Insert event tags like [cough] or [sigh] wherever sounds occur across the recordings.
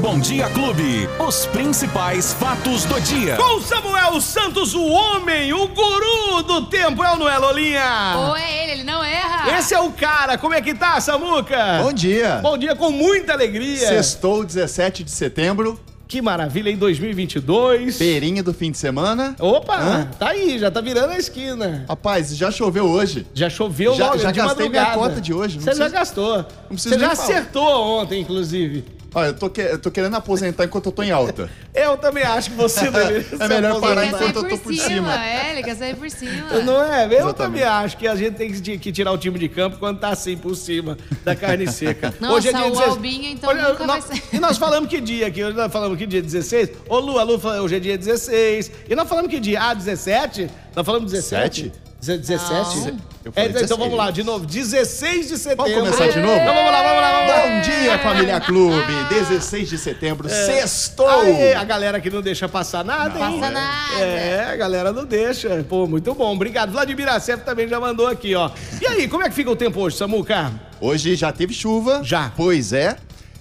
Bom Dia Clube. Os principais fatos do dia. Com Samuel Santos, o homem, o guru do tempo, é ou não é, Lolinha? Ou é ele, ele não erra. Esse é o cara. Como é que tá, Samuca? [laughs] Bom dia. Bom dia, com muita alegria. Sextou 17 de setembro, Que maravilha, em 2022. feirinha do fim de semana. Opa, Hã? tá aí, já tá virando a esquina. Rapaz, já choveu hoje. Já choveu Já- logo já de gastei minha madrugada. cota de hoje, não Você já precisa- gastou. Não precisa Você nem já falar. acertou ontem, inclusive. Olha, eu tô, que- eu tô querendo aposentar enquanto eu tô em alta. Eu também acho que [laughs] você deveria se É melhor aposentar. parar Ele quer sair enquanto eu tô por, por cima. cima. É, ele quer sair por cima. Não é? Eu Exatamente. também acho que a gente tem que, que tirar o time de campo quando tá assim por cima da [laughs] carne seca. é Nossa, o 16. Albinha, então, nunca vai nós- ser. é- [laughs] E nós falamos que dia aqui? Hoje nós falamos que dia 16? Ô Lu, a Lu falou, hoje é dia 16. E nós falamos que dia? Ah, 17? Nós falamos 17? Sete? Deze- 17? Não. Eu falei É, então 16. vamos lá, de novo. 16 de setembro. Vamos começar de novo? Então vamos lá, vamos lá, vamos lá. Ah. É. Bom dia, família Clube. 16 de setembro, sextou. Aê, a galera que não deixa passar nada, Não hein? passa nada. É, a galera não deixa. Pô, muito bom. Obrigado. Vladimir Acef também já mandou aqui, ó. E aí, como é que fica o tempo hoje, Samuca? Hoje já teve chuva. Já. Pois é.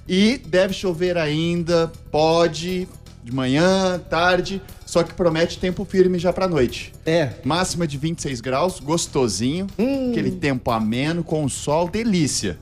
E deve chover ainda, pode, de manhã, tarde. Só que promete tempo firme já pra noite. É. Máxima de 26 graus, gostosinho, Hum. aquele tempo ameno com o sol, delícia.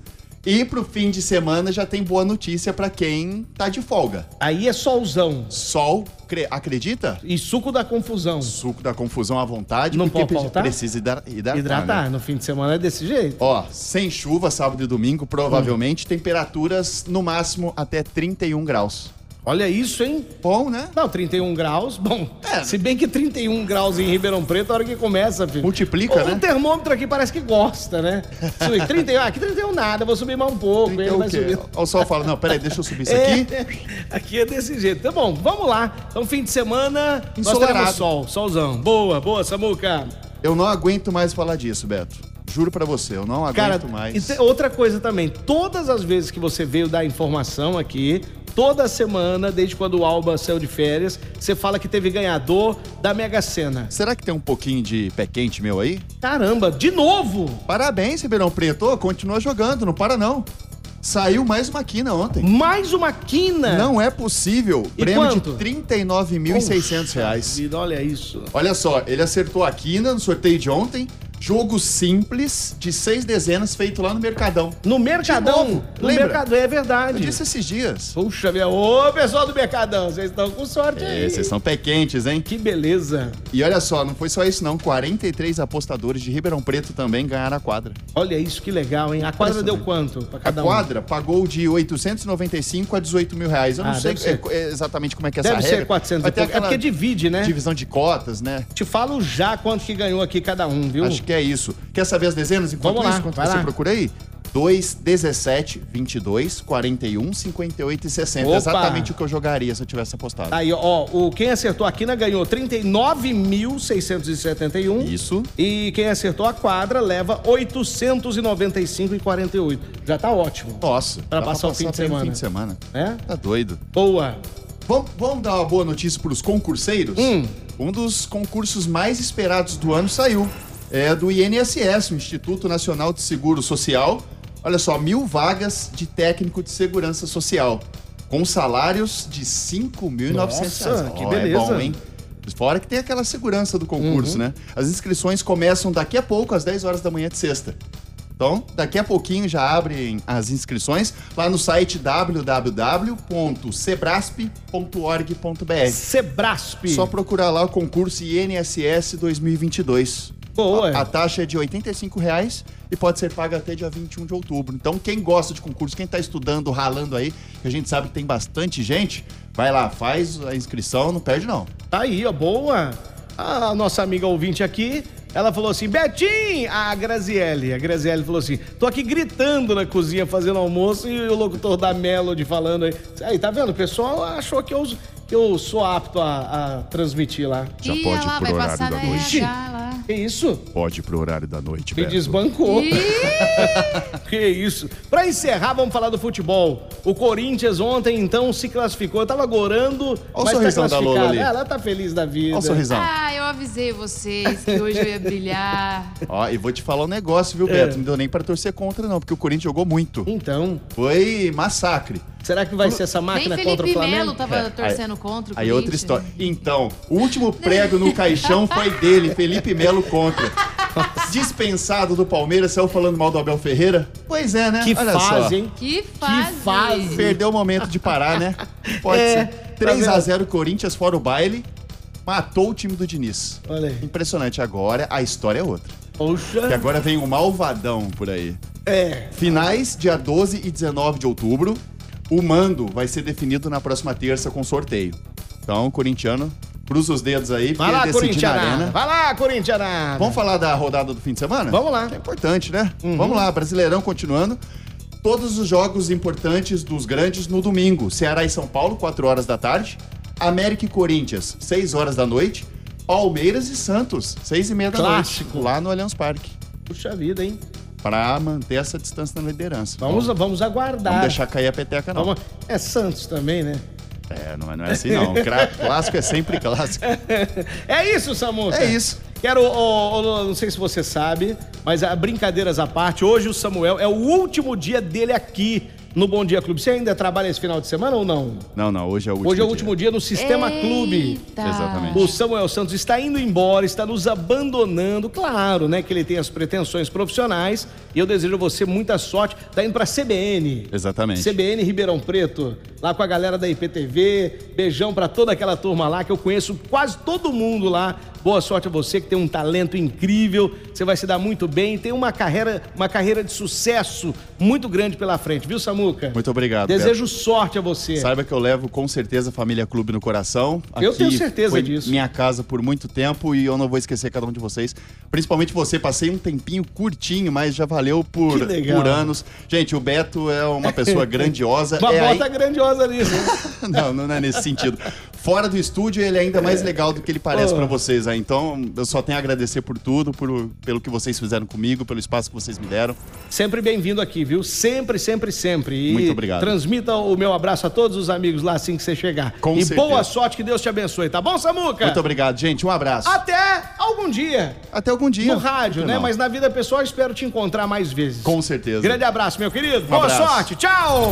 E pro fim de semana já tem boa notícia pra quem tá de folga. Aí é solzão Sol, cre- acredita? e suco da confusão. Suco da confusão à vontade, Não porque pode faltar? precisa hidra- hidratar. né? Hidratar no fim de semana é desse jeito. Ó, sem chuva, sábado e domingo, provavelmente temperaturas no máximo até 31 graus. Olha isso, hein? Bom, né? Não, 31 graus, bom. É. Se bem que 31 graus em Ribeirão Preto, é a hora que começa, filho. Multiplica, o, O né? termômetro aqui parece que gosta, [laughs] né? Subir 31, ah, aqui 31 nada, vou subir mais um pouco. ele 31 vai o quê? subir. O sol fala, não, peraí, deixa eu subir isso [laughs] É, aqui. aqui é desse jeito. Tá bom, vamos lá. Então, fim de semana, nós Ensolarado. teremos sol, solzão. Boa, boa, Samuca. Eu não aguento mais falar disso, Beto. Juro pra você, eu não aguento Cara, então, e mais. te- outra coisa também. Todas as vezes que você veio dar informação aqui, toda semana, desde quando o Alba saiu de férias, você fala que teve ganhador da Mega Sena. Será que tem um pouquinho de pé quente meu aí? Caramba, de novo! Parabéns, Ribeirão Preto. Ô, Continua jogando, não para não. Saiu mais uma quina ontem. Mais uma quina! Não é possível. E Prêmio de quanto? R$ 39.600 reais. Vida, olha isso. Olha só, ele acertou a quina no sorteio de ontem. Jogo simples de seis dezenas feito lá no Mercadão. No Mercadão. De novo, no lembra? Mercadão, é Eu verdade. disse assim. esses dias. Puxa vida, ô pessoal do Mercadão, vocês estão com sorte É, aí. vocês são pé quentes, hein? Que beleza. E olha só, não foi só isso não. 43 apostadores de Ribeirão Preto também ganharam a quadra. Olha isso, que legal, hein? A quadra deu quanto pra A cada um? quadra pagou de 895 a 18 mil reais. Eu não Ah, sei deve ser. é, é exatamente como é que é Deve essa ser regra. 400 e Vai ter pouco. É aquela porque divide, né? divisão de cotas, né? Te falo já quanto que ganhou aqui cada um, viu? Acho que é isso. Quer saber as dezenas? Enquanto Vamos lá, isso, enquanto vai você lá. procura aí? 2, 17, 22, 41, 58 e 60. Opa! Exatamente o que eu jogaria se eu tivesse apostado. Tá Aí, ó, o, quem acertou a quina ganhou 39.671. Isso. E quem acertou a quadra leva 895,48. Já tá ótimo. Nossa. Pra dá passar o fim de bem semana. fim de semana. Né? Tá doido. Boa. Vamos, vamos dar uma boa notícia pros concurseiros? Hum. Um dos concursos mais esperados do ano saiu. É do INSS, o Instituto Nacional de Seguro Social. Olha só, mil vagas de técnico de segurança social. Com salários de 5.900 Nossa, que Ó, beleza. Uhum. É bom, hein? Fora que tem aquela segurança do concurso, né? As inscrições começam daqui a pouco, às 10 horas da manhã de sexta. Então, daqui a pouquinho já abrem as inscrições lá no site www.sebrasp.org.br. Sebrasp. É. Só procurar lá o concurso INSS 2022. Boa. A, a taxa é de R$ 85 reais e pode ser paga até dia 21 de outubro. Então, quem gosta de concurso, quem está estudando, ralando aí, que a gente sabe que tem bastante gente, vai lá, faz a inscrição, não perde não. Tá aí, ó, boa. A nossa amiga ouvinte aqui, ela falou assim: Betim! A Graziele. A Graziele falou assim: tô aqui gritando na cozinha fazendo almoço e o locutor da Melody falando aí. Aí, tá vendo? O pessoal achou que eu, que eu sou apto a, a transmitir lá. Já Ih, pode olha lá, ir pro vai horário passar da no noite. RH lá. Que isso? Pode ir pro horário da noite, Me desbancou. Que isso. Pra encerrar, vamos falar do futebol. O Corinthians ontem, então, se classificou. Eu tava gorando, Olha o mas tá sorrisão da classificado. Lola ali. Ela tá feliz da vida. Olha o sorrisão. Ah, eu avisei vocês que hoje eu ia brilhar. Ó, e vou te falar um negócio, viu, Beto? Não deu nem pra torcer contra, não, porque o Corinthians jogou muito. Então, Foi massacre. Será que vai ser essa Nem máquina contra o Felipe Flamengo? Melo tava É, torcendo contra o Aí outra Corinthians. história. Então, o último prego no caixão foi dele, Felipe Melo contra. Dispensado do Palmeiras, saiu falando mal do Abel Ferreira? Pois é, né? Que Olha fase, só. hein? Que fase. fase. Perdeu o momento de parar, né? Pode É, ser. tá vendo? 3x0 Corinthians fora o baile. Matou o time do Diniz. Olha aí. Impressionante. Agora a história é outra. E Poxa. agora vem o malvadão por aí. É. Finais, dia 12 e 19 de outubro. O mando vai ser definido na próxima terça com sorteio. Então, corintiano, cruza os dedos aí, Vai lá, decidir na Corinthians. arena. Vai lá, Corinthians. Vamos falar da rodada do fim de semana? Vamos lá. Uhum. É importante, né? Vamos lá, Brasileirão continuando. Todos os jogos importantes dos grandes no domingo. Ceará e São Paulo, 4 horas da tarde. América e Corinthians, 6 horas da noite. Palmeiras e Santos, 6 e meia da Clássico. noite. Lá no Allianz Parque. Puxa vida, hein? Pra manter essa distância na liderança. Vamos, vamos aguardar. Vamos deixar cair a peteca, não. Tá. Vamos- É Santos também, né? [laughs] É, não é, não é assim, não. Cra- clássico é sempre clássico. É isso, Samuca. É isso. Quero, ô, ô, Lula, não sei se você sabe, mas ah, brincadeiras à parte, hoje o Samuel é o último dia dele aqui no Bom Dia Clube. Você ainda trabalha esse final de semana ou não? Não, não, hoje é o último hoje é o último dia, no Sistema Eita. Clube. Exatamente. O Samuel Santos está indo embora, está nos abandonando. Claro, né, que ele tem as pretensões profissionais. E eu desejo a você muita sorte. Tá indo para CBN. Exatamente. CBN Ribeirão Preto, lá com a galera da IPTV. Beijão para toda aquela turma lá que eu conheço quase todo mundo lá. Boa sorte a você que tem um talento incrível. Você vai se dar muito bem, tem uma carreira, uma carreira de sucesso muito grande pela frente, viu, Samuca? Muito obrigado, Desejo sorte a você. Saiba que eu levo com certeza a família Clube no coração. é. Eu tenho certeza foi disso. Minha casa por muito tempo e eu não vou esquecer cada um de vocês. Principalmente você, passei um tempinho curtinho, mas já valeu por, Que legal. por anos. Gente, o Beto é uma [laughs] pessoa grandiosa. Uma é aí- bota grandiosa nisso. hein? [laughs] não, não é nesse sentido. Fora do estúdio, ele é ainda mais legal do que ele parece Oh. pra vocês. Aí. Então, eu só tenho a agradecer por tudo, por, pelo que vocês fizeram comigo, pelo espaço que vocês me deram. Sempre bem-vindo aqui, viu? Sempre, sempre, sempre. E Muito obrigado. Transmita o meu abraço a todos os amigos lá assim que você chegar. Com e certeza. boa sorte, que Deus te abençoe, tá bom, Samuca? Muito obrigado, gente. Um abraço. Até algum dia. Até algum dia. No rádio, Por que né? não? Mas na vida pessoal, espero te encontrar mais vezes. Com certeza. Um Grande abraço, meu querido. boa abraço. sorte. Tchau.